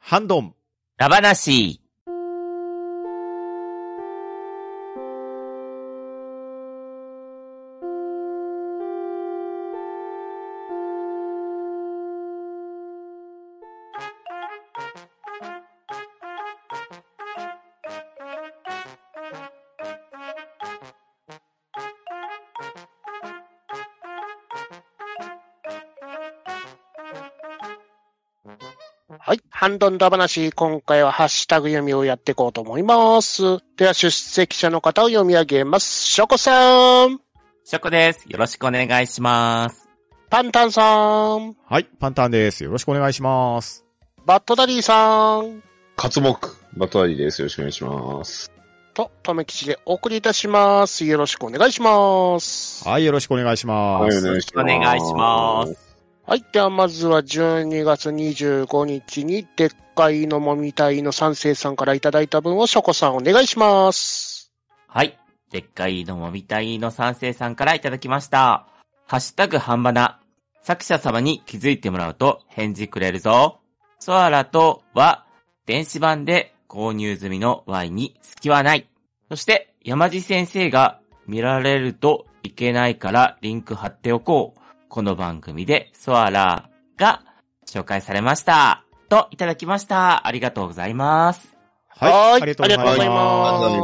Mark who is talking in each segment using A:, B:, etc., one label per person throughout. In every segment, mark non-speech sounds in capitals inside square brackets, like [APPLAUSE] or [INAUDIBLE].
A: ハンドン。
B: ラバナシ
C: はい。ハンドンダ話、今回はハッシュタグ読みをやっていこうと思います。では、出席者の方を読み上げます。ショコさん、
B: ショコです。よろしくお願いします。
C: パンタンさん、
A: はい、パンタンです。よろしくお願いします。
C: バットダディさん、
D: カツモク、バトアリです。よろしくお願いします。
C: と、とめきちでお送りいたします。よろしくお願いします。
A: はい、よろしくお願いしま
D: はい、お
A: す。
D: 願いし
B: お
D: ます。
B: 願いします。
C: はい。では、まずは12月25日に、でっかいのもみたいの三世さんからいただいた分をショコさんお願いします。
B: はい。でっかいのもみたいの三世さんからいただきました。ハッシュタグ半ばな。作者様に気づいてもらうと返事くれるぞ。ソアラとは、電子版で購入済みのワインに隙はない。そして、山地先生が見られるといけないからリンク貼っておこう。この番組でソアラが紹介されました。といただきました。ありがとうございます。
C: は
A: はいい、ありがとうござい
D: ありが
A: ま
D: とうござい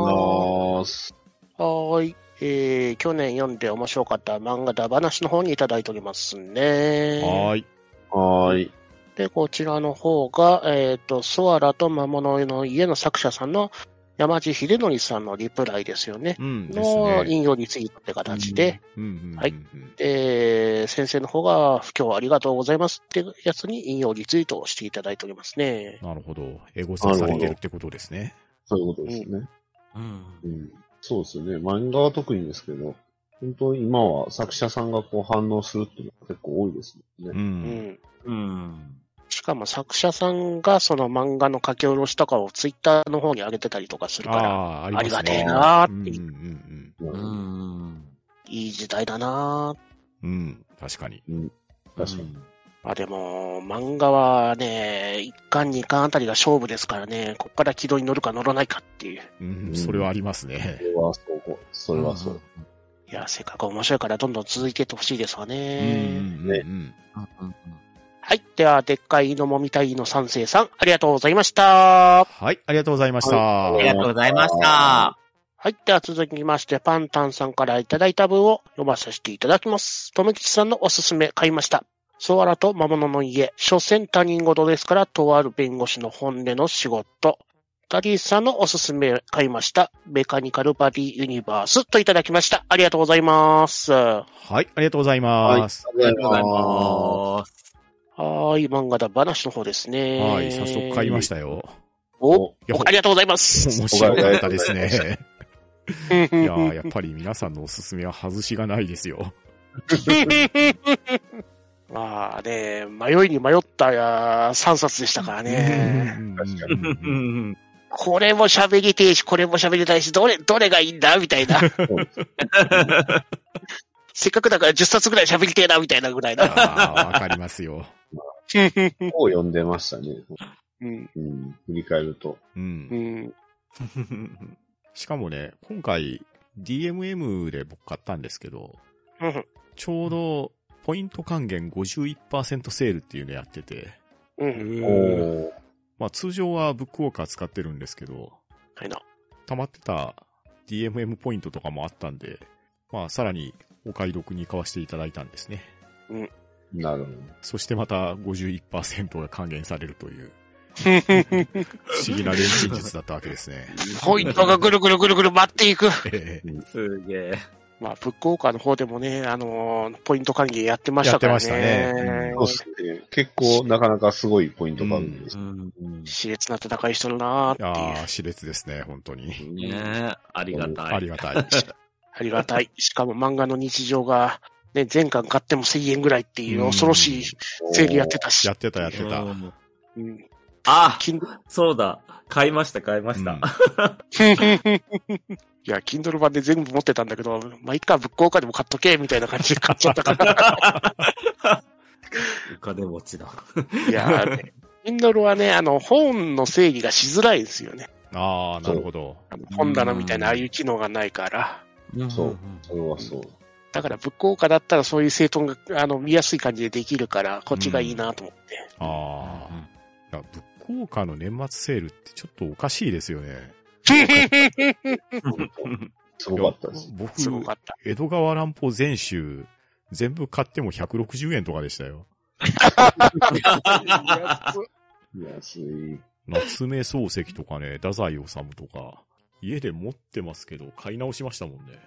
D: ます。
C: はーい。えー、去年読んで面白かった漫画だ話の方にいただいておりますね。
A: す。はい。
D: はーい。
C: で、こちらの方が、えっ、と、ソアラと魔物の家の作者さんの山地秀則さんのリプライですよね。
A: うん、です
C: の
A: ね。
C: 引用についてって形で、
A: うんうんうん
C: はいえー先生の方が、不況ありがとうございますってやつに引用リツイートをしていただいておりますね。
A: なるほど。エゴサされてるってことですね。
D: そういうことですね。
B: うん。
D: うん。そうですね。漫画は特にですけど、本当に今は作者さんがこう反応するっていうのが結構多いですもん
A: う。
D: ね。
C: うんん。
B: うん。
C: しかも作者さんがその漫画の書き下ろしとかをツイッターの方に上げてたりとかする
A: あ
C: から、
A: あ、あり
C: あり
A: ま
C: が
A: す
C: てえ
A: ね。
C: な
A: う
C: ー
A: ん
C: っ
A: う
C: て
A: ん
C: いう、
A: うん
B: う
D: うん
B: ん。
C: いい時代だなーっ
A: うん。うん、確かに。
D: 確かに。
C: まあでも、漫画はね、1巻、2巻あたりが勝負ですからね、ここから軌道に乗るか乗らないかっていう。
A: うん、それはありますね
D: そ。れはそう、それはそう。。
C: いや、せっかく面白いからどんどん続いていってほしいですわ
A: うん、
C: ね。
A: うんうん
C: はい。では、でっかいのもみたいの三世さん、ありがとうございました。は
A: はい、ありがとうございました。
D: は
B: ありがとうございました。
C: い。では、続きまして、パンタンさんからいただいた文を読まさせていただきます。とめきちさんのおすすめ、買いました。ソアラと魔物の家。所詮他人事ですから、とある弁護士の本音の仕事。ダディさんのおすすめ買いました。メカニカルバディユニバースといただきました。ありがとうございます。は
A: はい、ありがとうございます。
D: ありがとう
B: ありがとうございます。
C: ーい、漫画だ話の方ですね。
A: はい、早速買いましたよ。
C: お、
A: いや
C: ありがとうございます。
A: [LAUGHS] 面白かったですね。いやーやっ
C: ぱ
A: ぱり皆さんのおすすめは外しがないですよ。
C: り。 [LAUGHS] まあね、迷いに迷ったや3冊でしたからね。
A: 確
D: か
A: に。
C: これも喋りてえし、これも喋りたいし、どれ、どれがいいんだみたいな。せっかくだから10冊ぐらい喋りてえな、みたいなぐらいな。
A: あーわかりますよ。
D: を読んでましたね。
C: うん
D: うん。振り返ると。
A: う。
C: うんん
A: しかもね、今回 DMM で僕買ったんですけど、
C: うん
A: ちょうどポイント還元51%セールっていうのやってて、
C: うん。
D: おー。
A: まあ通常はブックウォーカー使ってるんですけど、
C: はいな。
A: 溜まってた DMM ポイントとかもあったんで、まあさらにお買い得に買わせていただいたんですね。
D: なるほ
A: そしてまた51%が還元されるという不思議な錬金術だったわけですね。
C: ポイントがぐるぐるぐるぐる回っていく。
A: ええ
B: すげえ。
C: まあ、ブックウォーカーの方でもね、あのーポイント還元やってましたからね。
A: やってましたね
D: ど。そうですね。結構、なかなかすごいポイントがあるんです。
C: 熾烈な戦いしてるなーってい
A: あ
C: う。
A: あ、
C: あ
A: 熾烈ですね、本当に。
B: ねえ、ありがた
A: あ
B: い。
A: りがたい。
C: りが [LAUGHS] たい。しかも漫画の日常が、ね、全巻買っても1000円ぐらいっていう恐ろしい整理やってたし
A: や。ってた、や
B: [LAUGHS]
A: ってた。
B: うん
C: うん
B: あ、
C: キン
B: そうだ。買いました、買いました。
C: [LAUGHS] いや、Kindle 版で全部持ってたんだけど、まあ、いっか、ブックウォーカーでも買っとけ、みたいな感じで買っちゃったから。
B: お金持ちだ。
C: [LAUGHS] いやー、ねキンドルはね、あの、本の整理がしづらいですよね。
A: ああ、なるほど。
C: あの本棚みたいな、ああいう機能がないから。
D: そうそれはそう。
C: だから、ブックオーカーだったらそういう整頓が、あの、見やすい感じでできるから、こっちがいいなと思って。
A: ああ。いや、ブックオーカーの年末セールってちょっとおかしいですよね。
D: すごかったです。
A: 僕、
C: [LAUGHS] すごか [LAUGHS] った。
A: 江戸川乱歩全集、全部買っても160円とかでしたよ。
D: 安い。
A: 夏目漱石とかね、太宰治とか、家で持ってますけど、買い直しましたもんね。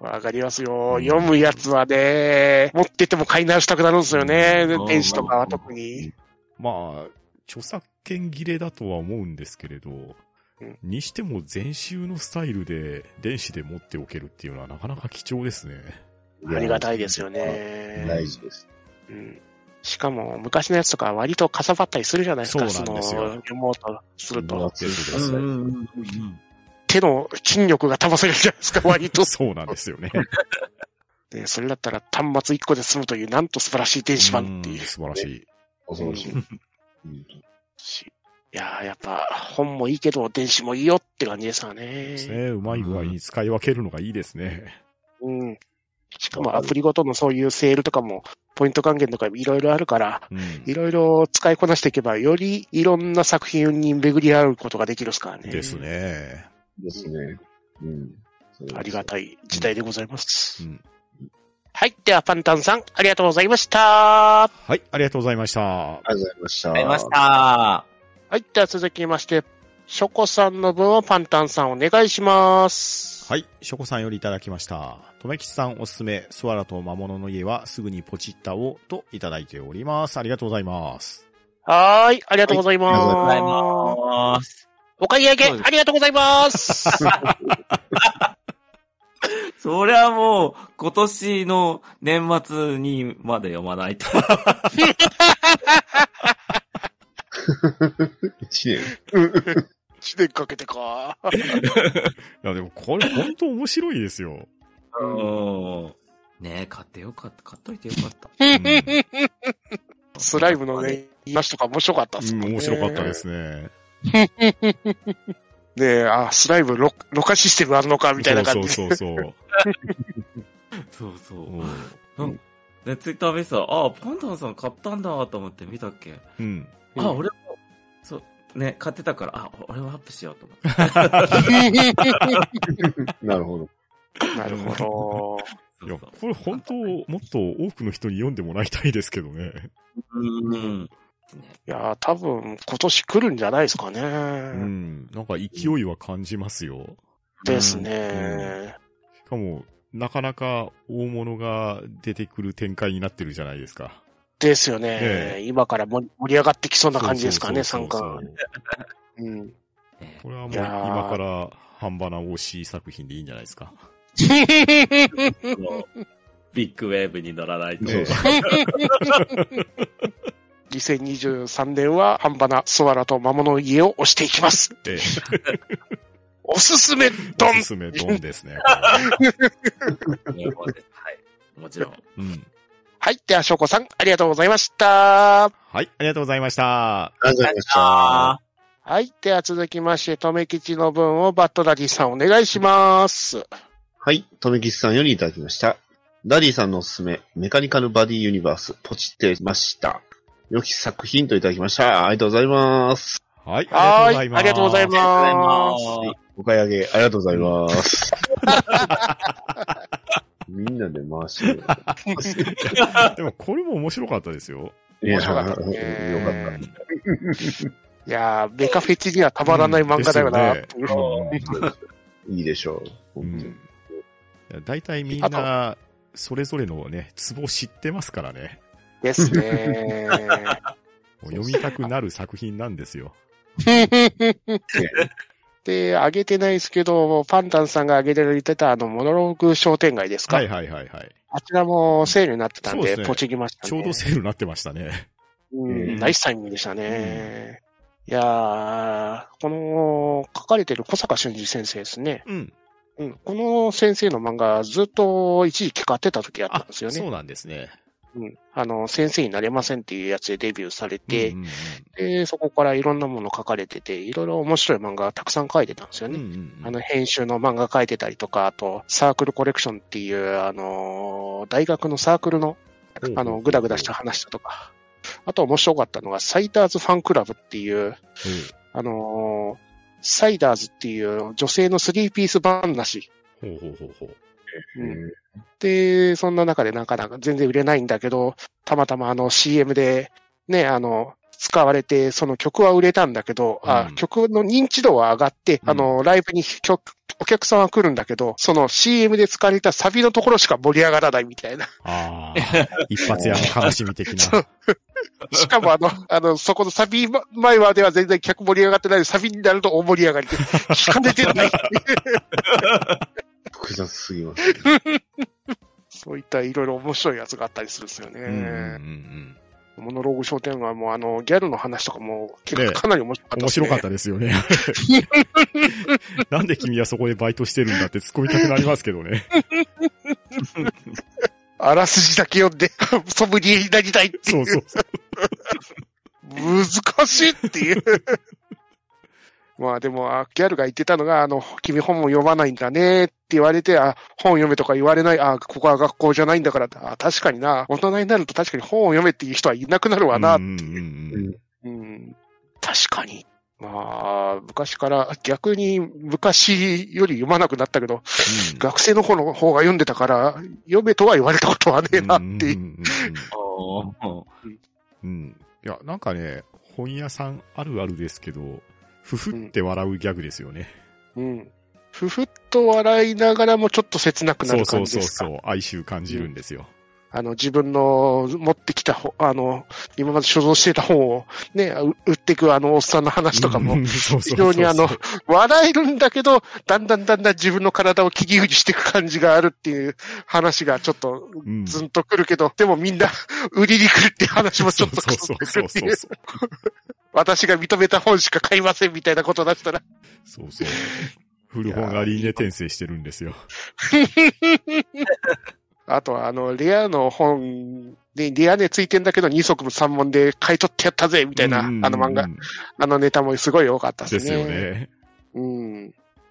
C: わかりますよ。読むやつはね、持ってても買い直したくなるんですよね。
B: うん
C: 電子とかは特に。
A: まあ、著作権切れだとは思うんですけれど
C: うん、
A: にしても全集のスタイルで電子で持っておけるっていうのはなかなか貴重ですね。
C: ありがたいですよ
D: いや。
C: ね。
D: 大事です。
C: うんしかも、昔のやつとかは割とかさばったりするじゃないですか。
A: そうなんですよ
C: の読もうとする
D: 分
C: と。
D: 厚いです
A: う
C: 手の筋力が保せるじゃないですか、
A: [LAUGHS]
C: 割と。
A: そうなんですよね。
C: で、それだったら端末1個で済むという、なんと素晴らしい電子版って
A: う
C: いう
A: ん素晴らしい。
D: 恐ろしい。うん
C: し。いやー、やっぱ、本もいいけど、電子もいいよって感じですよね。
A: ですね。うまい具合に使い分けるのがいいですね。
C: うん。しかもアプリごとのそういうセールとかも、ポイント還元とかいろいろあるから、
A: うん。
C: いろいろ使いこなしていけば、よりいろんな作品に巡り合うことができるですからね。
A: です。ね。
D: ですね。うん。
C: ありが
D: い。
C: たい時代でございます。
A: うん
C: はい。では、パンタンさん、ありがとうございました。
A: はい、ありがとうございました。
D: ありがとうございました。
B: ありました。
C: はい。では、続きまして、ショコさんの分をパンタンさんお願いします。
A: はい、ショコさんよりいただきました。とめきちさんおすすめ、スワラと魔物の家はすぐにポチったをといただいております。ありがとうございます。
C: はーい。ありがとうござい
D: はいありがと
B: ござい
C: ま
B: ま
C: す。
B: す。
C: お買い上げ、
B: そうです
C: ありがとうございます。
B: そりゃもう、今年の年末にまで読まないと。
D: 一年。
C: 1年かけてか。
A: いや、でもこれ本当面白いですよ。
B: [LAUGHS] うんねえ、買ってよかった。買っといてよかった。
C: スライムのね、話とか面白かったっす
A: うん
C: もんね。
A: 面白かったで。すね。
C: で、あ、スライムろ、ろ過システムあるのか、みたいな感じで。
A: そうそうそう
B: そうそう
A: そう。う。ん
B: で、ツイッターでさ、あ、パンタンさん買ったんだと思って見たっけ。
A: うん。
B: あ、俺も、そう、ね、買ってたから、あ、俺もアップしようと思って。
D: なるほど。
C: [LAUGHS] なるほど。
A: いや、
B: そう
A: これ本当、もっと多くの人に読んでもらいたいですけどね。
B: そううん。ね
C: いやー、多分、今年来るんじゃないですかね。
A: うん。なんか勢いは感じますよ。
C: ですね。
A: しかも、なかなか大物が出てくる展開になってるじゃないですか。
C: ですよね。
A: え
C: 今から盛り盛り上がってきそうな感じですかね、
A: そうそ
C: 三
A: うそうそう
C: 冠。
A: [LAUGHS]
C: うん。
B: ね
A: これはもう
C: いやー
A: 今から半端な推し作品でいいんじゃないですか。
B: こうビッグウェーブに乗らないと。
A: ね
C: 2023年は、半端なスワラと魔物の家を押していきます。
A: ええ
C: おすすめ、
A: [LAUGHS]
C: ド
A: お
C: ン
A: すすめドンですね。
B: ねはい。もちろん。
A: うん。
C: はい。では、しょうこさん、ありがとうございました。
A: はい、ありがとうございました。
D: ありがとうございました。
C: はい。では、続きまして、とめきちの分をバットダディさんお願いします。
D: はい。とめきちさんよりいただきました。ダディさんのおすすめ、メカニカルバディユニバース、ポチってました。良き作品といただきました。ありがとうございます。
A: はい、
C: は
A: あ
C: ー
A: り
C: い。あ
A: が
C: りがと
A: と
C: う
A: うご
C: ござ
A: ざ
C: い
A: います。
C: ま
D: はいお買い上げ、ありがとうございます。みんなで回してる。
A: でもこれも面白かったですよ。
C: 面白かったね
D: いやよかっ
C: す。いやー、メカフェチにはたまらない漫画だよな。
A: ですよね
D: た。いいでしょう。
A: うん
D: 本
A: うんいや大体みんな、それぞれのね、ツボ知ってますからね。
C: ですね。
A: もう読みたくなる作品なんですよ。
C: [LAUGHS] で、あげてないですけど、パンタンさんがあげていたあの、モノローグ商店街ですか、
A: はいはいはいはい。
C: あちらもセールになってたん
A: そうで
C: で、
A: すね
C: ポチりましたね。
A: ちょうどセールになってましたね。
C: うん
D: うん
C: ナイスタイミングでしたね。いやー、この、書かれてる小坂俊二先生ですね。
A: うん。
C: うん、この先生の漫画、ずっと一時期買ってた時あったん
A: あ、
C: ですよね。
A: そうなんですね。
C: うん、あの、先生になれませんっていうやつでデビューされて、
A: うん
C: で、そこからいろんなもの書かれてて、いろいろ面白い漫画たくさん書いてたんですよ
A: うんうん
C: ね。
A: うんうん
C: あの、編集の漫画書いてたりとか、あと、サークルコレクションっていう、あのー大学のサークルの、
D: うん
C: あの、ぐだぐだした話だとか、あと面白かったのが、サイダーズファンクラブっていう、あのーサイダーズっていう女性のスリーピース話。
A: ほうほうほうほう。
D: うん
C: で、そんな中でなかなか全然売れないんだけど、たまたまあの CM で、ね、あの、使われて、その曲は売れたんだけど、あ
A: うん
C: 曲の認知度は上がって、
A: うん
C: あの、ライブに曲、お客さんは来るんだけど、その CM で使われたサビのところしか盛り上がらないみた
A: [LAUGHS]
C: いな。
A: ああ、一発屋の悲しみ的 [LAUGHS] な。
C: しかもあの、あの、そこのサビ前までは全然客盛り上がってないのにサビになると大盛り上がりで、聞かれて
A: [LAUGHS]
C: ない。
D: 複雑すぎます。
C: そういったいろいろ面白いやつがあったりするんですよね。
A: うんうんうん
C: モノローグ商店街もあの、ギャルの話とかも結
A: ね
C: 構かなり面白か
A: う
C: っ
A: ん、
C: た
A: 面
C: ですね
A: 白かったですよ [LAUGHS] ね。なんで君はそこでバイトしてるんだって突っ込みたくなりますけどね。
C: あらすじだけ読んで、 [LAUGHS] ソムリエになりたいってい
A: [LAUGHS] そう
C: う、
A: そう。
C: 難しいっていう。 [LAUGHS] まあでも、あギャルが言ってたのが、あの、君本も読まないんだねって言われて、あ、本読めとか言われない、あ、ここは学校じゃないんだからって、あ、確かにな、大人になると確かに本を読めっていう人はいなくなるわな、
A: うんうんうん
C: うん、確かに。まあ、昔から、逆に昔より読まなくなったけど、学生の方の方が読んでたから、読めとは言われたことはねえなっていう。
A: うんうんうんうん
B: おー
A: うん。いや、なんかね、本屋さんあるあるですけど、ふふって笑うギャグですよね。
C: うん。ふふっと笑いながらもちょっと切なくな
A: そう
C: る
A: そ
C: 感
A: う
C: じ
A: そう
C: ですか。
A: そう、哀愁感じるんですよ。
C: あの、自分の持ってきたほ、あの、今まで所蔵してた本をね、う売っていくあのおっさんの話とか
A: う
C: も、
A: ん、 [LAUGHS] そうそ
C: [LAUGHS] 非
A: うそ
C: 常
A: う
C: にあの、笑えるんだけど、だんだんだんだん自分の体を切り売りしていく感じがあるっていう話がちょっと
A: うん
C: ずんとくるけど、でもみんな [LAUGHS] 売りに来るって話もち
A: そ
C: ょ
A: う
C: っと
A: そうそうそう
C: くるって
A: そ
C: いうう。私が認めた本しか買いませんみたいなこと出したら、
A: そうそう。古本が輪廻転生してるんですよ。
C: あとは、あの、レアの本で、レアねついてんだけど、二足も三本で買い取ってやったぜみたいな、あ
A: うんうんうん
C: の漫画、。あのネタもすごい多かったで
A: ですす
C: ね。
A: よ。ね。
C: うん。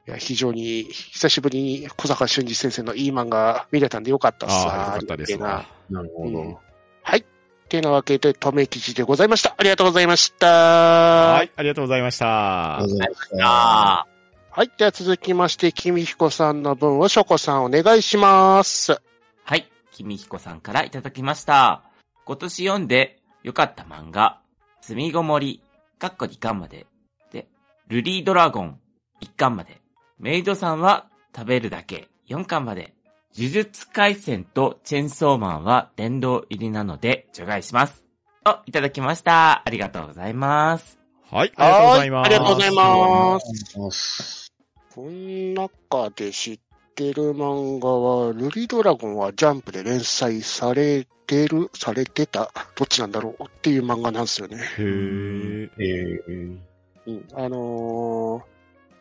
C: いや、非常に、久しぶりに小坂俊二先生のいい漫画見れたんでよかったっす
A: ああ、よかったです
C: な
A: わ。。
D: なるほど。
C: うんはい。てなわけで、とめきちでございました。ありがとうございました。
A: はい、ありがとうございました
D: ありがとう。ございました。
B: あ
C: はい。では続きまして、君彦さんの分をしょこさんお願いします。
B: ーはい。君彦さんからいただきました。今年読んで良かった漫画、積みごもり、かっこ2巻まで。で、ルリードラゴン、1巻まで。メイドさんは食べるだけ、4巻まで。呪術回戦とチェンソーマンは殿堂入りなので除外します。と、いただきました。ありがとうございます。
A: はい、ありがとうございます。
C: はいありがとうございます。
D: ます。
C: この中で知ってる漫画は、ルリドラゴンはジャンプで連載されてる、されてた、どっちなんだろうっていう漫画なんですよね。
A: へー
D: えー、
C: うん。あのー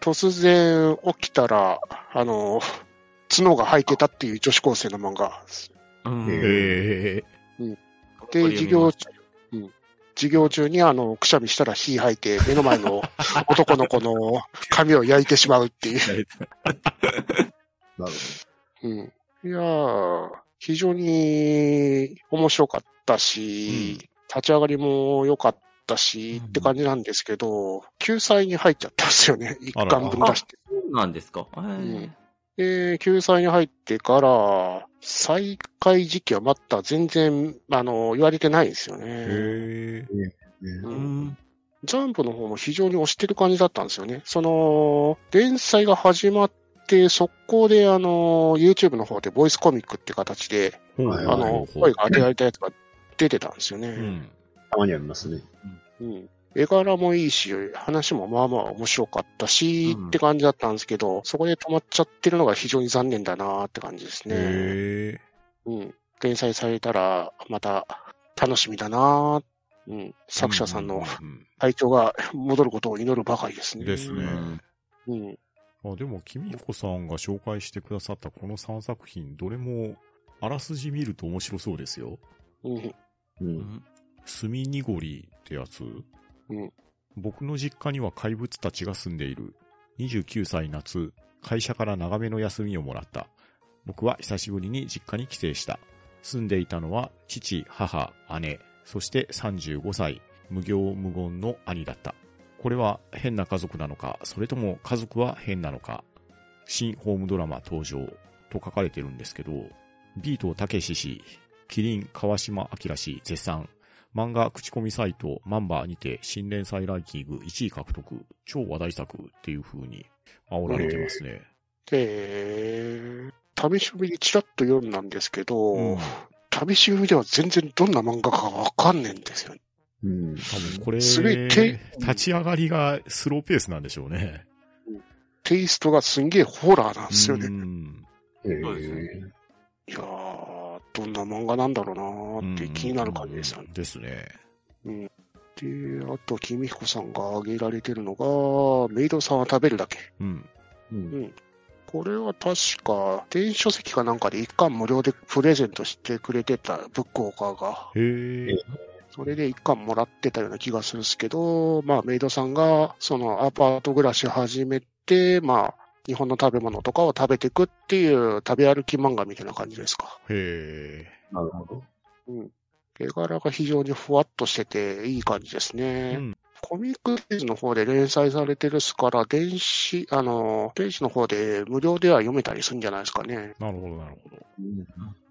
C: 突然起きたら、あのー角が生えてたっていう女子高生の漫画。
B: うん
D: えー
A: へ
C: で、授業中、うん。授業中にあの、くしゃみしたら火吐いて、目の前の男の子の髪を焼いてしまうっていう。
D: なる
C: うん。いやー、非常に面白かったし、立ち上がりも良かったし、
B: うん
C: って感じなんですけど、救済に入っちゃったんですよね。一
A: あら
C: 巻分出して。
B: そうなんですか、えー
C: んで、救済に入ってから、再開時期はまた全然、あの、言われてないんですよ
A: え。
C: ね。
A: へ
D: ほ
C: う
D: どね。
B: うんん
C: ジャンプの方も非常に押してる感じだったんですよね。その、連載が始まって、速攻で、あの、YouTube の方でボイスコミックって形で、
A: ー。
D: はい
C: あ
D: はい
C: の、声が当てられたやつが出てたんですよ
A: う
C: ね。
A: ん。
D: たまにありますね。
C: うん絵柄もいいし、話もまあまあ面白かったし、
B: うん
C: って感じだったんですけど、そこで止まっちゃってるのが非常に残念だなって感じですね。
A: へー
C: うん。連載されたら、また楽しみだなうん。作者さんの
A: うう
C: 体調が戻ることを祈るばかりです
A: うん
C: ね。
A: ですね。
C: うん。
A: あでも、君彦さんが紹介してくださったこの3作品、どれも、あらすじ見ると面白そうですよ。
C: うん。
D: う。
B: うんん。
A: 墨濁りってやつ
C: うん。
A: 僕の実家には怪物たちが住んでいる。29歳夏、会社から長めの休みをもらった。僕は久しぶりに実家に帰省した。住んでいたのは父、母、姉、そして35歳、無行無言の兄だった。これは変な家族なのか、それとも家族は変なのか、新ホームドラマ登場と書かれてるんですけど、ビートたけし氏、キリン川島明氏絶賛、漫画口コミサイトマンバーにて新連載ランキング1位獲得、超話題作っていう風に煽られてますね。
C: えー、試し読みにちらっと読んだんですけど、
A: うん
C: 試し読みでは全然どんな漫画かわかんねえんですよね。
D: うん。
A: 多分これ、
C: すごい手
A: 立ち上がりがスローペースなんでしょうね。
C: テイストがすんげえホラーなんですよね。
A: うん
D: えー
B: そうです
C: いやー、どんな漫画なんだろうなーって気になる感じですよね。
A: ですね。
C: で、あと、君彦さんが挙げられてるのが、メイドさんは食べるだけ。
A: うん。
D: うん
C: これは確か、電子書籍かなんかで一巻無料でプレゼントしてくれてたブックオーカーが、
A: へえ。
C: それで一巻もらってたような気がするんですけど、まあ、メイドさんが、そのアパート暮らし始めて、まあ、日本の食べ物とかを食べていくっていう食べ歩き漫画みたいな感じですか。
A: へ
D: なるほど。
C: 絵柄が非常にふわっとしてていい感じです
A: え。
C: ね。
A: うん。
C: コミックページの方で連載されてるっすから、電子、あの、ページの方で無料では読めたりするんじゃないですかね。
A: なるほど、なるほど。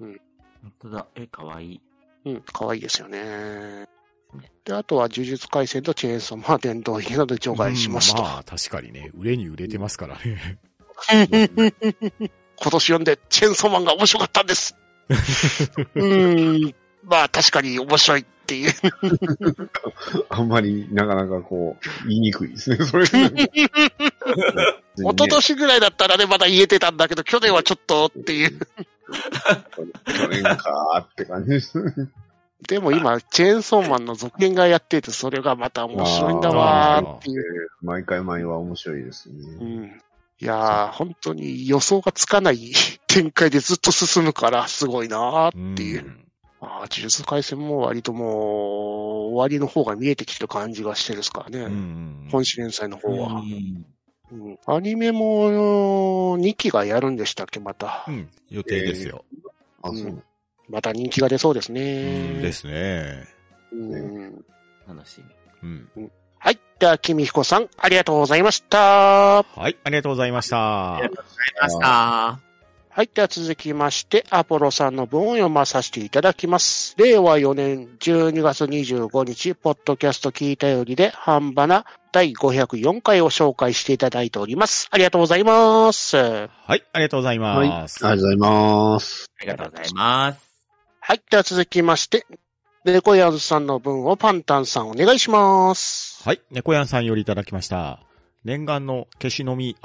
D: うん
B: 本当だ。え、かわいい。
C: うん、可愛いですよね。で、あとは呪術廻戦とチェーンソーマン殿堂入りなどで除外しますと。
A: うんまあ、確かにね、売れに売れてますからね。
C: [LAUGHS] 今年読んでチェーンソーマンが面白かったんです。うーん、まあ確かに面白いっ
A: [LAUGHS]
C: ていう。
D: あんまりなかなかこう、言いにくいですね、それ。一
C: 一昨年ぐらいだったらね、まだ言えてたんだけど、去年はちょっとっていう。
D: 去年かーって感じです。
C: でも今、チェーンソーマンの続編がやってて、それがまた面白いんだわーっていう。
D: 毎回毎は面白いですね。
C: うん。いやー、本当に予想がつかない [LAUGHS] 展開でずっと進むから、すごいなーっていう。
A: ん
C: ああ、呪術回戦も割ともう、終わりの方が見えてきてる感じがしてですからね。
A: うんうん
C: 本誌連載の方は。
B: ん。
C: うんアニメも、2期がやるんでしたっけ、また。
A: うん。予定ですよ。
D: あ、そう。
C: また人気が出そうです
A: うんで
C: ね。
A: すね。
C: うん
B: 楽しみ。
A: うん。
C: はい。では、君彦さん、ありがとうございました。
A: はい、ありがとうございました。
B: ました。
C: はい。では続きまして、アポロさんの文を読まさせていただきます。令和4年12月25日、ポッドキャスト聞いたよりで、半ばな第504回を紹介していただいております。ありがとうございます。は
A: はい、ありがとうござい
D: はい。あ
A: ま
D: り
A: す。
D: がとうございます。
B: ありがとうございます。
C: い。では続きまして、レコヤンさんの文をパンタンさんお願いします。
A: はい、猫やんさんよりいただきました。念願の消しのみ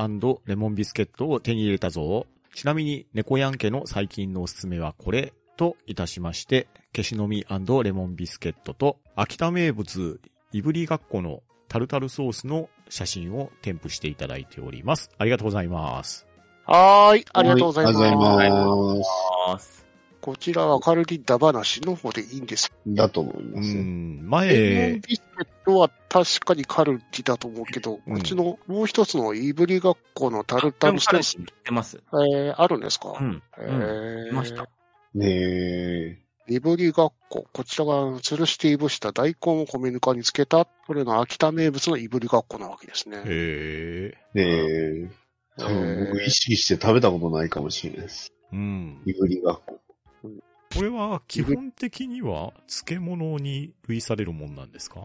A: レモンビスケットを手に入れたぞ。ちなみに猫やん家の最近のおすすめはこれといたしまして、消しのみレモンビスケットと秋田名物いぶりがっこのタルタルソースの写真を添付していただいております。ありがとうございます。
C: はーい。ありがとうございます。
D: ありがとうございます。
B: ます。
C: こちらはカルディダ話の方でいいんです。
D: だと思いうます。
A: ん、
C: レモ
A: 前
C: ン、ビスケットは確かにカルディだと思うけど、
A: うん
C: こっちのもう一つのいぶりがっこのタルタルステース、
B: 知ってます。
C: えー、あるんですか、
B: うん。
C: え
B: うん。
C: ー
B: いました。
D: ねえ。
C: いぶりがっこ。こちらが吊るしていぶした大根を米ぬかにつけた、これが秋田名物のいぶりがっこなわけですね。
A: へー
D: ねえ。多分僕意識して食べたことないかもしれないです。
A: うん。
D: いぶりがっこ。
A: これは基本的には漬物に類されるもんなんですか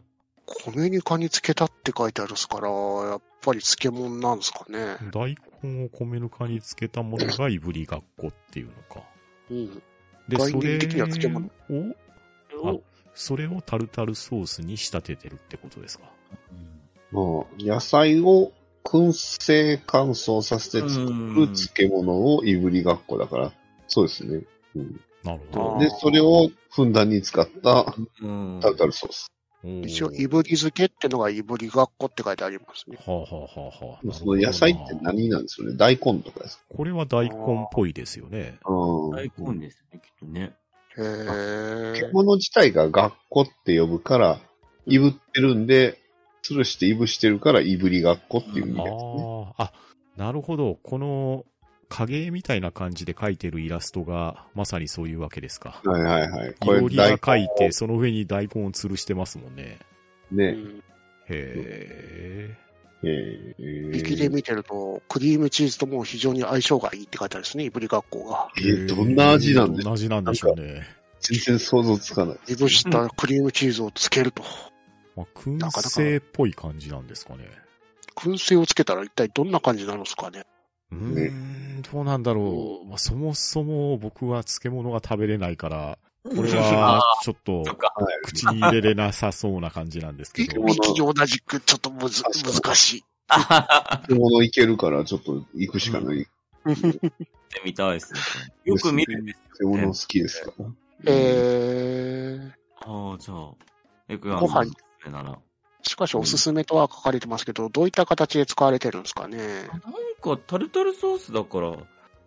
C: 米ぬかにつけたって書いてあるっすから、やっぱり漬物なんですかね。
A: 大根を米ぬかに漬けたものがいぶりがっこっていうのか。
C: うん。
A: で、
C: 概
A: それ
C: 念的には漬物
A: を、
B: お
A: あそれをタルタルソースに仕立ててるってことですか。
D: まあ、野菜を燻製乾燥させて作る漬物をいぶりがっこだから、そうですね。うん、
A: なる
C: あ
A: ほ
C: ー
D: で、それをふんだんに使った
B: うん。
D: タルタルソース。
A: ど。
C: 一応、い
A: ぶ
C: ぶり漬けってのがいぶりがっこって書いてありますね。
A: はあ、はあはあはあ、
D: その野菜って
A: なるほどな
D: 何なんですよね大根とかですか
A: これは大根っぽいですよね。
D: うん
B: 大根ですね、きっとね。
C: へへー
D: 獣自体が学校って呼ぶから、いぶってるんで、吊るしていぶしてるから、いぶり学校っていう意味ですね。
A: ああ、あ、なるほど。この影絵みたいな感じで描いてるイラストが、まさにそういうわけですか。
D: はいはいはい。
A: いおりが
D: 大
A: 描いて、その上に大根を吊るしてますもんね。
C: う
D: ね。
C: ん
A: へ
D: えー
C: 引きで見てると、クリームチーズとも非常に相性がいいって書いてあるんですね、いぶり学校が。
D: え
A: え。
D: ーどんな味なん
A: ど
D: で
A: んな味なんでしょうね。
D: 全然想像つか
A: [LAUGHS]
D: ない。
C: いぶしたクリームチーズをつけると。
A: まあ、燻製っぽい感じなんですかね。
C: 燻製をつけたら一体どんな感じになるんですかね。
A: うーん、どうなんだろう。まあ、そもそも僕は漬物が食べれないから、これはちょっと
B: そっか。
A: 口に入れれなさそうな感じなんですけ
C: 一
A: ど。
C: 気に同じく、ちょっとむず
D: 確かに
C: 難しい。
B: あはは
D: 獣いけるから、ちょっと行くしかない。
B: ってみたいですね。よく見るんですよ、
D: 獣
B: ね
D: 好。きですから。
C: えー、
B: ああ、じゃあ。よく
C: ご飯
B: それなら。なん
C: しかしおすすめとは書かれてますけど、どういった形で使われてるんですかね。
B: か、タルタルソースだから、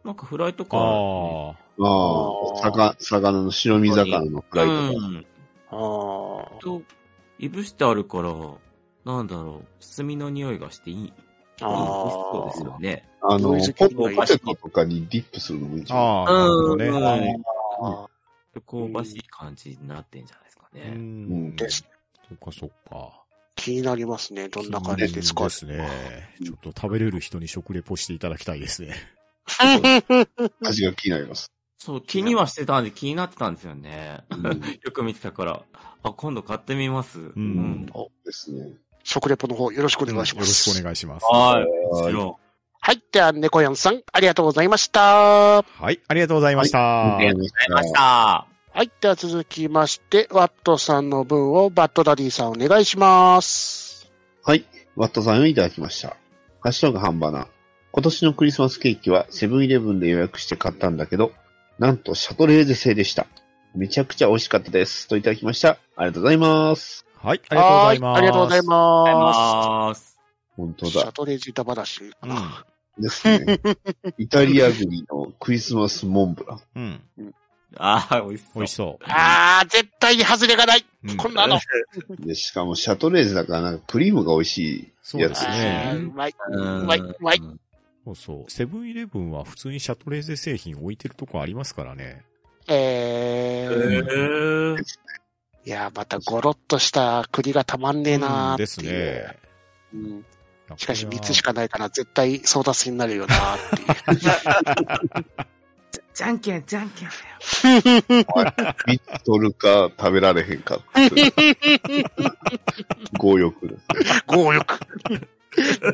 B: なんかフライとか、
A: ああ。
D: ああ、魚、魚の白身魚のフ
B: う
D: ライとか。
B: ん。
C: ああ。
B: と、いぶしてあるから、なんだろう、炭の匂いがしていい、いい美味しそうですよね。
D: あの、
C: どう
D: ポ
C: いう時
D: ポ
C: に
D: テトとかにディップするのもいいじゃん。
A: ああ、なるほどね。
B: うん
A: はい
C: あ
B: 香ばしい感じになってんじゃないですか
A: う
B: ね。
A: ん。
C: です
A: そっかそっか。
C: 気になりますね。どんな感じで使
A: そう
C: う
A: ですね。ちょっと食べれる人に食レポしていただきたいですね。
D: 味が気になります。
B: そう、気にはしてたんで気になってたんですよね。
D: うん、で
B: [LAUGHS] よく見てたから、あ、今度買ってみます。うん
D: すね。
C: 食レポの方よろしくお願いし
A: よ
C: ま
A: ろ
C: す。
A: しくお願いします。
B: はい。
D: は
B: もち
D: い
B: ろん。
C: はい。では、猫やんさん、ありがとうございました。は
A: はい、ありがとうございました。
D: ありがとう
B: あり
D: ござ
B: ま
D: いま
B: し。
D: した
C: い。では、続きまして、ワットさんの分をバットダディさんお願いします。
D: はい。ワットさんをいただきました。ハッシュタグ半ばな。今年のクリスマスケーキはセブンイレブンで予約して買ったんだけど、なんとシャトレーゼ製でした。めちゃくちゃ美味しかったです。といただきました。ありがとうございます。
A: はい、ありがとうございます。
C: はありがとうござい
B: あり
C: ま
B: が
C: す。
B: とうございます。
D: 本当
C: シャ
D: だ。
C: トレーゼ板話。
D: です [LAUGHS] ね。イタリア国のクリスマスモンブラン。
A: うん。うん。
B: ああ、美味しそう。
A: 美味しそう。
C: ああ、絶対に外れがない。
A: うん
C: こんなの。
D: で、しかもシャトレーゼだからなんかクリームが美味しいやつ
A: そうですね
C: あーうまい。
B: う
C: うまい。うまい。
B: ん
A: そうそう。セブンイレブンは普通にシャトレーゼ製品置いてるとこありますからね。
C: え
B: へ
C: ー。
B: ー
C: いやー、またゴロッとした栗がたまんねえな
A: うん
C: ーって
A: で
C: いう
A: すね。
C: うん
A: いや
C: しかし
A: これ
C: 3
A: は
C: つしかないから絶対争奪になるよなーっていう。
B: じゃんけん、じゃん [LAUGHS] けんだよ。
D: 見とるか食べられへんか [LAUGHS] って。強欲ですね。
C: [LAUGHS] 強欲。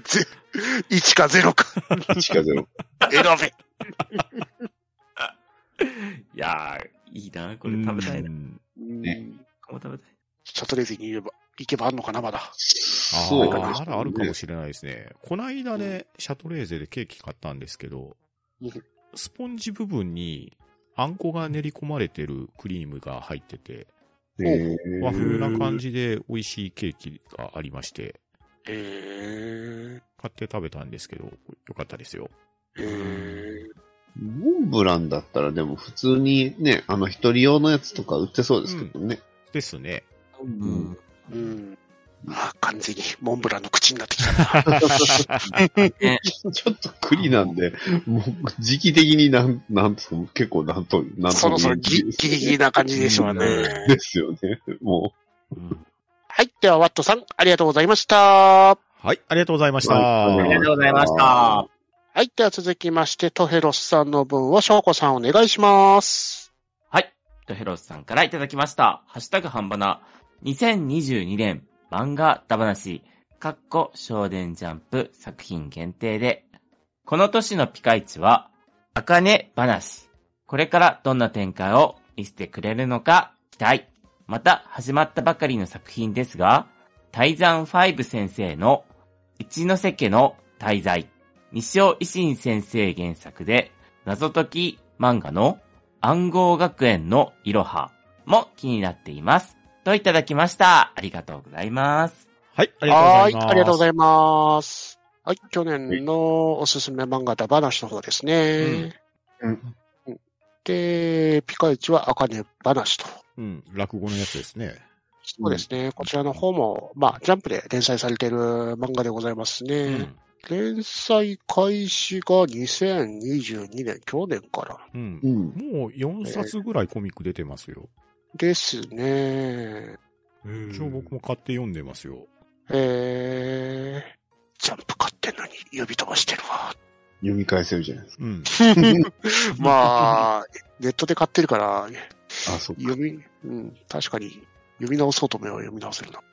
C: ぜ1か0か。
D: 1か0。
C: 選べ。
B: いやー、いいな、これ食べたいな。
A: う
B: こ
A: ん
D: ね
B: こも食べたい。
C: シャトレーゼに言えば、行けばあんのかな、まだ。
A: あ
D: そ
A: あ、
D: うか。
A: まだあるかもしれないですね。こないだね、シャトレーゼでケーキ買ったんですけど
C: うん、
A: スポンジ部分に、あんこが練り込まれてるクリームが入ってて、
D: えー
A: 和風な感じで美味しいケーキがありまして、
C: えー。
A: 買って食べたんですけど、よかったですよ。
C: えー
D: モンブランだったらでも普通にね、あの一人用のやつとか売ってそうですけどね。
A: ですね。
B: うん。
C: うん。あー完全にモンブランの口になってきた。
D: [LAUGHS] ちょっと栗なんで、もう時期的になん、なんつうの、結構なんと、なんと
C: そろそろギ
D: ギ
C: ギリギリな感じでしょうね。
D: ですよね。も
B: うん
C: はい。では、ワットさん、ありがとうございました。
A: はい、ありがとうございました。
D: はい
B: ありがとうございました。
C: はい。では続きまして、トヘロスさんの分を、しょうこさんお願いします。
B: はい。とヘロスさんからいただきました。ハッシュタグ半ばな。2022年漫画だ話。かっこ少年ジャンプ作品限定で。この年のピカイチは、あかね話。これからどんな展開を見せてくれるのか期待。また始まったばかりの作品ですが、泰山ファイブ先生の一ノ瀬家の滞在。西尾維新先生原作で、謎解き漫画の暗号学園のいろはも気になっています。といただきました。ありがとうございます。
A: はい、あり
C: はい。
A: が
C: あり
A: とう
C: がとうご
A: ご
C: ざ
A: ざいます。
C: います。はい。去年のおすすめ漫画だ話の方ですね。
A: うん
D: うん
C: で、ピカイチは茜話と。
A: うん。落語のやつですね。
C: そうですね。こちらの方も、まあ、ジャンプで連載されている漫画でございますね。
A: うん。
C: 連載開始が2022年、去年から。
A: うん
D: う。ん。
A: もう4冊ぐらいコミック出てますよ。
C: ですね。
A: 一応僕も買って読んでますよ。
C: えー、ジャンプ買ってんのに指飛ばしてるわ。
D: 読み返せるじゃないですか。
A: うん。
C: まあ、 [LAUGHS] ネットで買ってるから、
D: あ、そうか。
C: 読み、うん、確かに読み直そうと思えば読み直せるな。
A: うん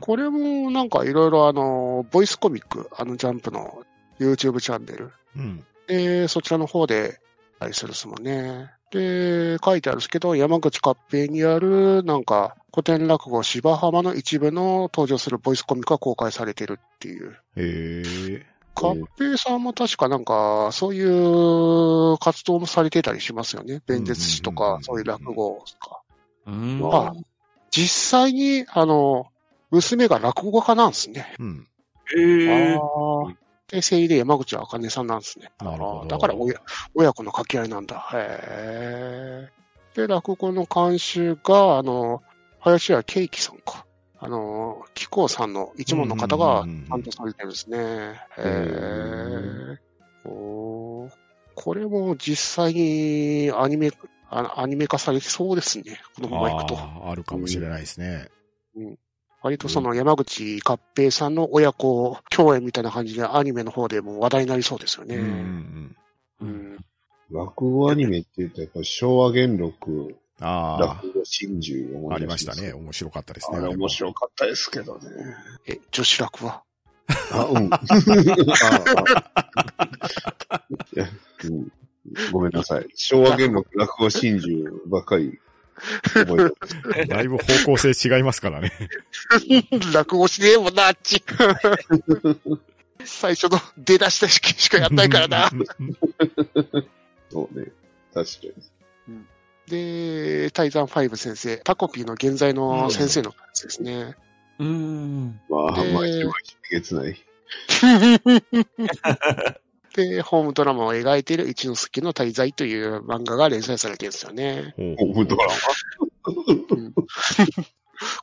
C: これもなんかいろいろあの、ボイスコミック、あのジャンプの YouTube チャンネル。
A: うん。
C: で、そちらの方で、あれするですもんね。で、書いてあるんですけど、山口勝平にある、なんか、古典落語芝浜の一部の登場するボイスコミックが公開されてるっていう。
A: へえ。
C: 勝平さんも確かなんか、そういう活動もされてたりしますよね。弁舌師と
A: うんうんうん
C: か
A: う、ん
C: そういう落語とか。
B: うん。
C: まあ、実際に、あの、娘が落語家なんですね。
A: うん。
B: え
C: ああ。で、声優で山口茜さんなんですね。
A: なるほど
C: あーだから親親子の掛け合いなんだ。へえ。で、落語の監修が、あの、林家圭樹さんか。あの、紀行さんの一門の方が
A: うんうんうんうん
C: 担当されてるんですね。へ
D: ー
C: え。おーこれも実際にアニメ、あアニメ化されてそうですね。このままいくと。
A: ああ、あるかもしれないですね。
C: 割とその山口勝平さんの親子共演みたいな感じでアニメの方でも話題になりそうですよ
A: う
C: ね。
A: んうん
B: う
C: うんん。
D: 落語アニメって言うと、やっぱ昭和元禄、
A: うん。あ
D: 落語真珠思
A: あ、あ
D: い
A: り
D: 出
A: ま
D: し
A: したね。。面白かったですね。
D: あれ
A: も
D: 面白かったですけどね。
C: え、女子楽は
D: あ、 [LAUGHS] うん。ああいやうんごめんなさい。昭和元禄落語真珠ばっかり覚えて
A: だいぶ方向性違います [LAUGHS] からね。
C: [LAUGHS] 落語しねえもんな、あっち。最初の出だしだししかやんないからな。
D: そうね。確かに。
C: で、タイザン5先生、タコピーの現在の先生の感じですね。
B: うん。
D: まあ、
C: で
D: 毎週毎週えげつない。
C: で、ホームドラマを描いている一之輔の滞在という漫画が連載されてるんですよね。
A: ほうほう
D: ホームドラマ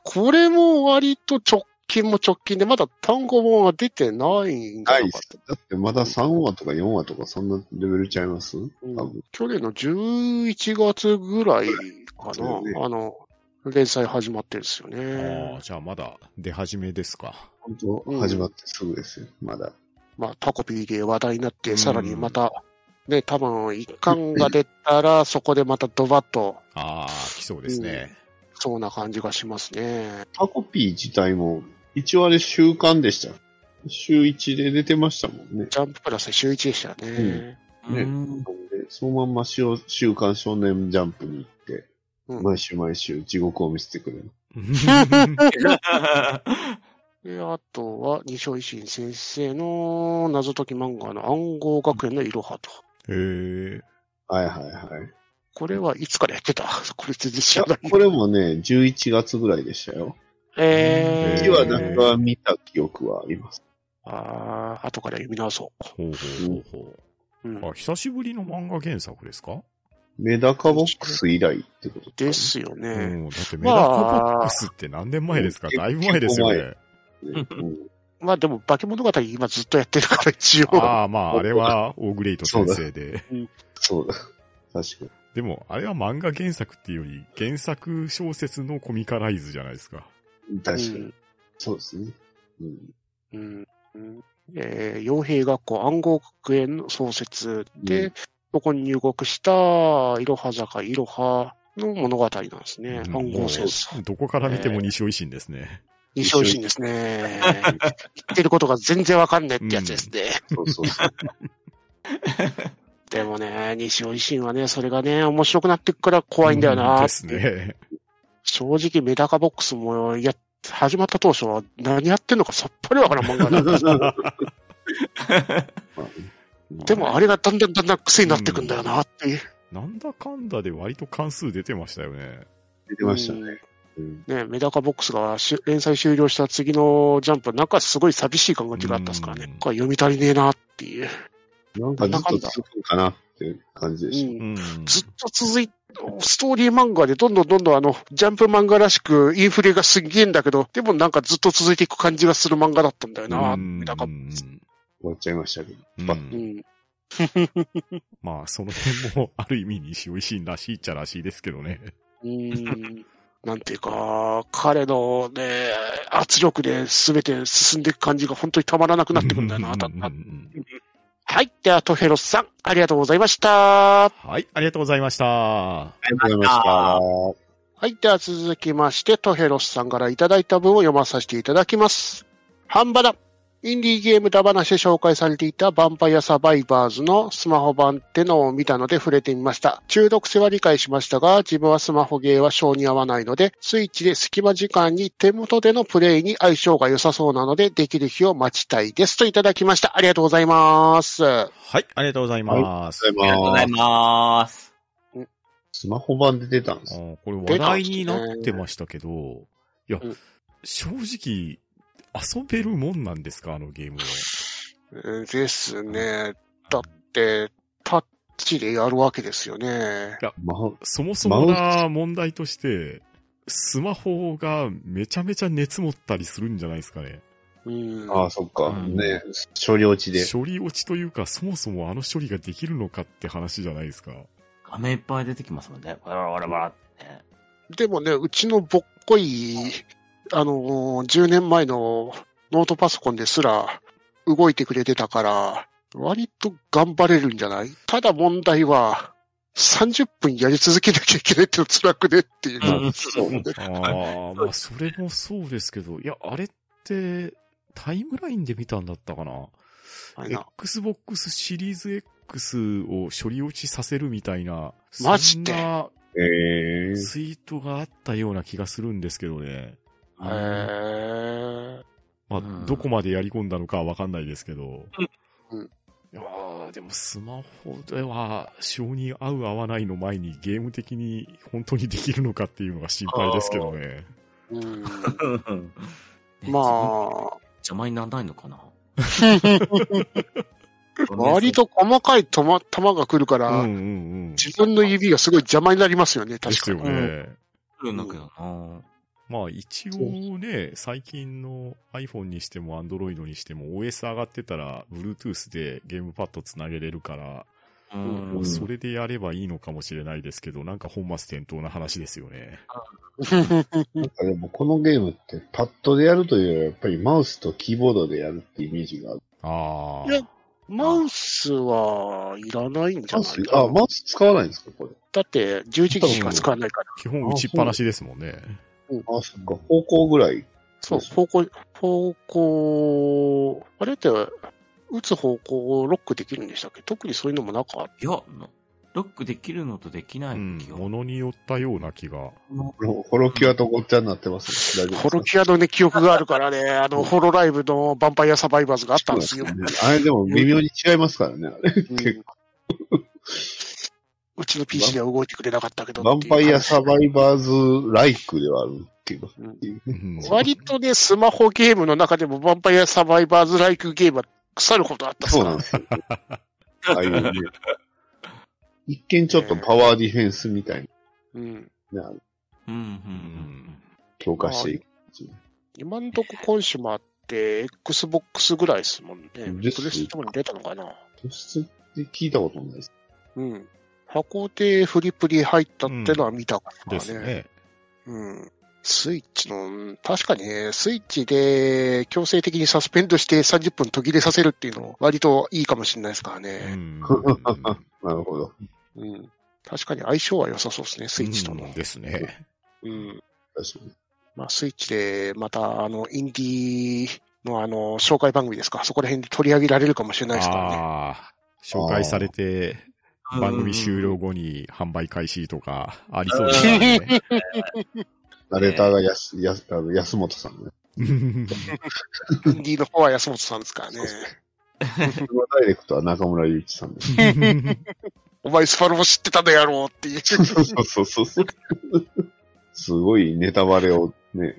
C: これも割と直近も直近で、まだ単語本は出てないんじゃ
D: ない
C: な
D: っ
C: かっ
D: す。だってまだ3話とか4話とかそんなレベルちゃいます
C: た
D: 多分。
C: 去年の11月ぐらいか
D: そうだ
C: な
D: よね、
C: あの、連載始まってるんですよ
A: ああ、
C: ね。
A: じゃあまだ出始めですか。
D: 本
C: うん
D: 当始まってすぐですよ。まだ。
C: まあ、タコピーで話題になっ
A: う
C: て、
A: ん
C: さらにまた、ね、多分一巻が出たら、そこでまたドバッと、
A: ああ、来そうですね。
C: そうな感じがしますね。
D: タコピー自体も、一応あれ週刊でした。週1で出てましたもんね。
C: ジャンププラス週1でしたね。
A: [LAUGHS]
D: ね
B: うん
D: なんで、そのまんま週週刊少年ジャンプに行って、
C: うん
D: 毎週毎週地獄を見せてくれる。
A: [LAUGHS]
C: で、あとは、二松維新先生の謎解き漫画の暗号学園のいろはと。
A: へえ。
D: はいはいはい。
C: これはいつからやってた [LAUGHS] これ全然
D: い
C: 知らない。
D: やこれもね、11月ぐらいでしたよ。
C: えー。
D: 1話なんか見た記憶はあります。
C: あー後から読み直そ
A: ほうほうほう
C: う。うん
A: ほう。あ、久しぶりの漫画原作ですか
D: メダカボックス以来ってことかな
C: ですよ
A: う
C: ね。
A: ん。だってメダカボックスって何年前ですか
D: まあ
A: だいぶ前ですよ
D: 結
A: ね。
D: ね。うん
C: まあでも、化け物語今ずっとやってるから一応。
A: ああ、ま
C: [LAUGHS]
A: あ、あれはオーグレイト先生で。
D: そうだ。確かに。
A: でも、あれは漫画原作っていうより、原作小説のコミカライズじゃないですか。
D: 確かに。そうですね。うん。
C: うんうんえー、傭兵学校暗号学園の創設で、
D: うん
C: そこに入国した、いろは坂いろはの物語なんですね。
A: うん
C: 暗号戦争。
A: どこから見ても西尾維新ですね。
C: 二勝維新ですね。言ってることが全然わかんないってやつですね。
D: そうそうそう。
C: でもね、西尾維新はね、それがね、面白くなってくから怖いんだよ
A: う
C: な
A: ですね。
C: 正直、メダカボックスも、や、始まった当初は何やってんのかさっぱりわからん漫画だった。でも、あれがだんだんだんだん癖になってくんだよなっていう。
A: なんだかんだで割と関数出てましたよね。
D: 出てましたね。うん。
C: ね、メダカボックスがし連載終了した次のジャンプ、なんかすごい寂しい感覚があったんですからね。
A: うん
C: これ読み足りねえなっていう。
D: なんかずっと続くんかなっって感じで
C: う
D: し
C: ん
A: うん。
C: ずっと続いストーリー漫画でどんどんどんどんあの、ジャンプ漫画らしくインフレがすげえんだけど、でもなんかずっと続いていく感じがする漫画だったんだよな。
A: うん
C: なんか、
A: う
C: うんん。
D: た。終わっちゃいましたけど。
A: うんまあ、その辺も、ある意味にしおいしいらしいっちゃらしいですけどね。
C: うん。なんていうか、彼のね、圧力で全て進んでいく感じが本当にたまらなくなってくるんだよな。だ
A: うんうんうんうん
C: はい。では、トヘロスさん、ありがとうございました。
A: はい、ありがとうございました。
D: ありがとうございました。
C: はい。では続きまして、トヘロスさんからいただいた文を読まさせていただきます。半ばだ。インディーゲームだ話で紹介されていたヴァンパイアサバイバーズのスマホ版ってのを見たので触れてみました。中毒性は理解しましたが、自分はスマホゲーは性に合わないので、スイッチで隙間時間に手元でのプレイに相性が良さそうなので、できる日を待ちたいです。といただきました。ありがとうございます。
A: はい、ありがとうございます。
D: あり
B: ありがとうござい
D: す。
B: ます。
D: スマホ版で出たんです。
A: あーこれ話題になってましたけど、いや
C: うん、
A: 正直、遊べるもんなんですか、あのゲームは。
C: うんですね。だって、タッチでやるわけですよね。
D: まあ、
A: そもそもな問題として、スマホがめちゃめちゃ熱持ったりするんじゃないですかね。
C: うん。
D: ああ、そっか。
B: うん
D: ね処理落ちで。
A: 処理落ちというか、そもそもあの処理ができるのかって話じゃないですか。
B: 画面いっぱい出てきますもんね。わらわらわらってね。
C: でもね、うちのぼっこい、あのー10年前のノートパソコンですら動いてくれてたから、割と頑張れるんじゃないただ問題は、30分やり続けなきゃいけないって辛くねっていう。
B: うん
D: そうね
A: ああ、まあそれもそうですけど、いや、あれって、タイムラインで見たんだったかな
C: あれな
A: ?Xbox シリーズ X を処理落ちさせるみたいな、
C: マジで
A: そんな
D: ええー。
A: ツイートがあったような気がするんですけどね。
C: へー
A: まあ、
B: うん
A: どこまでやり込んだのかはわかんないですけど。
C: うん
A: いやーでもスマホでは、性に合う合わないの前にゲーム的に本当にできるのかっていうのが心配ですけどね。 [LAUGHS]
C: うん、 [LAUGHS] ま
B: まあ。
C: あ、
B: 邪魔にならないのかな
C: 割と細かい球球が来るから、
A: うんうんうん。で
C: 自分の指がすごい邪魔になりますよね、確
A: す
C: か
A: よ
C: に。
A: ね。
B: ごめんなさい。来るんだけどな。
A: まあ一応ね、最近の iPhone にしても Android にしても OS 上がってたら Bluetooth でゲームパッドつなげれるから、
B: う
A: まあ
B: ん。
A: それでやればいいのかもしれないですけど、なんか本末転倒な話ですよね。
D: なんかでもこのゲームってパッドでやるというよりはやっぱりマウスとキーボードでやるってイメージがある。
A: あ
C: い
A: あ
C: や。マウスはいらないんじゃ
D: マ
C: ない
D: ウス
C: かな
D: あ、マウス使わないんですかこれ。
C: だって、十字キーしか使わないから。
A: 基本打ちっぱなしですもんね。
D: あ、そっか。方向ぐらい。
C: そう、
D: そ
C: 方向、方向、あれって、打つ方向をロックできるんでしたっけ特にそういうのもなかっ
B: いや、ロックできるのとできな
A: う
B: い
A: ん
B: の気。が。
A: ものによったような気が。
D: ホロキュアとごっちゃになってますね。大
C: た。
D: 丈夫
C: ホロキアのね、記憶があるからね、あの、ホロライブのヴァンパイアサバイバーズがあったんですよ。
D: そうですねあれでも微妙に違いますからね。あれ
C: うんうちの PC では動いてくれなかったけど
D: ヴ
C: って
D: ァ
C: いう
D: ンパイアサバイバーズライクではあるけど。
A: うん
C: 割とね、スマホゲームの中でもヴァンパイアサバイバーズライクゲームは腐ることあった
D: そうなん
C: で
D: ですよ。 [LAUGHS] ああいうね。一見ちょっとパワーディフェンスみたい
C: す。うん。
D: なね、あの
B: うんうん
D: 強化していく。
C: 今んとこ今週もあって、Xbox ぐらいですもんね。プレ
D: です
C: ステも出たのかな
D: 突出って聞いたことないです。
C: うん。箱でフリプリ入ったってのは見たからね。
A: ですね。
C: うん。スイッチの、うん確かにね、スイッチで強制的にサスペンドして30分途切れさせるっていうの、割といいかもしれないですから
A: う
C: ね。
A: ん。
D: なるほど。
C: うん。確かに相性は良さそうです [LAUGHS] ね、スイッチとの
A: うん。ですね。
C: うん。
D: 確かに。
C: まあ、スイッチで、また、あの、インディーのあの、紹介番組ですか。そこら辺で取り上げられるかもしれないですからね。
A: ああ。紹介されて、
B: うん。
A: 番組終了後に販売開始とか、ありそうですね。
D: ナレーターがやす、やす、あの、安本さんね。
A: うん
C: インディーの方は安本さんですからね
D: そう。ダイレクトは中村祐一さんです。
C: お前スパロボ知ってたんだやろうって
B: [LAUGHS]
C: いう。
D: そうそうそうそう。すごいネタバレを [LAUGHS] ね、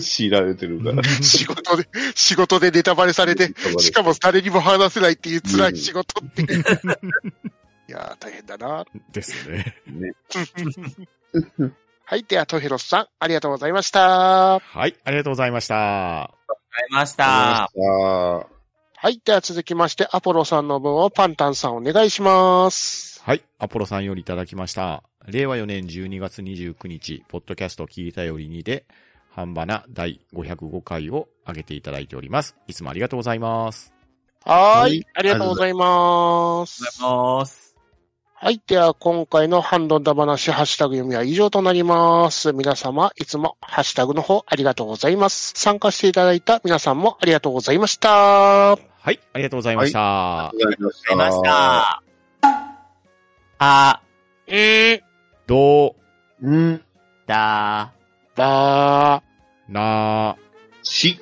D: 強いられてるから。
C: 仕事で、仕事
B: [LAUGHS]
C: でネタバレされて、しかも誰にも話せないっていう辛い仕事っていう。いいやー、大変だな。
A: [LAUGHS] ですね。
D: ね。
C: はい。では、トヘロスさん、ありがとうございました。
A: はい、ありがとうございました。
B: りました。
D: あ
C: はい。では、続きまして、アポロさんの分をパンタンさんお願いします。
A: はい、アポロさんよりいただきました。令和4年12月29日、ポッドキャスト聞いたよりにで、ハンバナ第505回を上げていただいております。いつもありがとうございます。
C: は
D: はいい。
C: ありがとうございます。
B: ありがとうございます。
C: はい。では、今回のハンドンダ話、ハッシュタグ読みは以上となります。皆様、いつもハッシュタグの方ありがとうございます。参加していただいた皆さんもありがとうございました。
A: はい、ありがとうございました。
D: ありがとうご
B: あり
D: ざいま
B: ま
D: し。
B: したた。あ、
C: えー、
A: ど
D: うん。
B: だ、
C: ばー。
A: うな
D: し。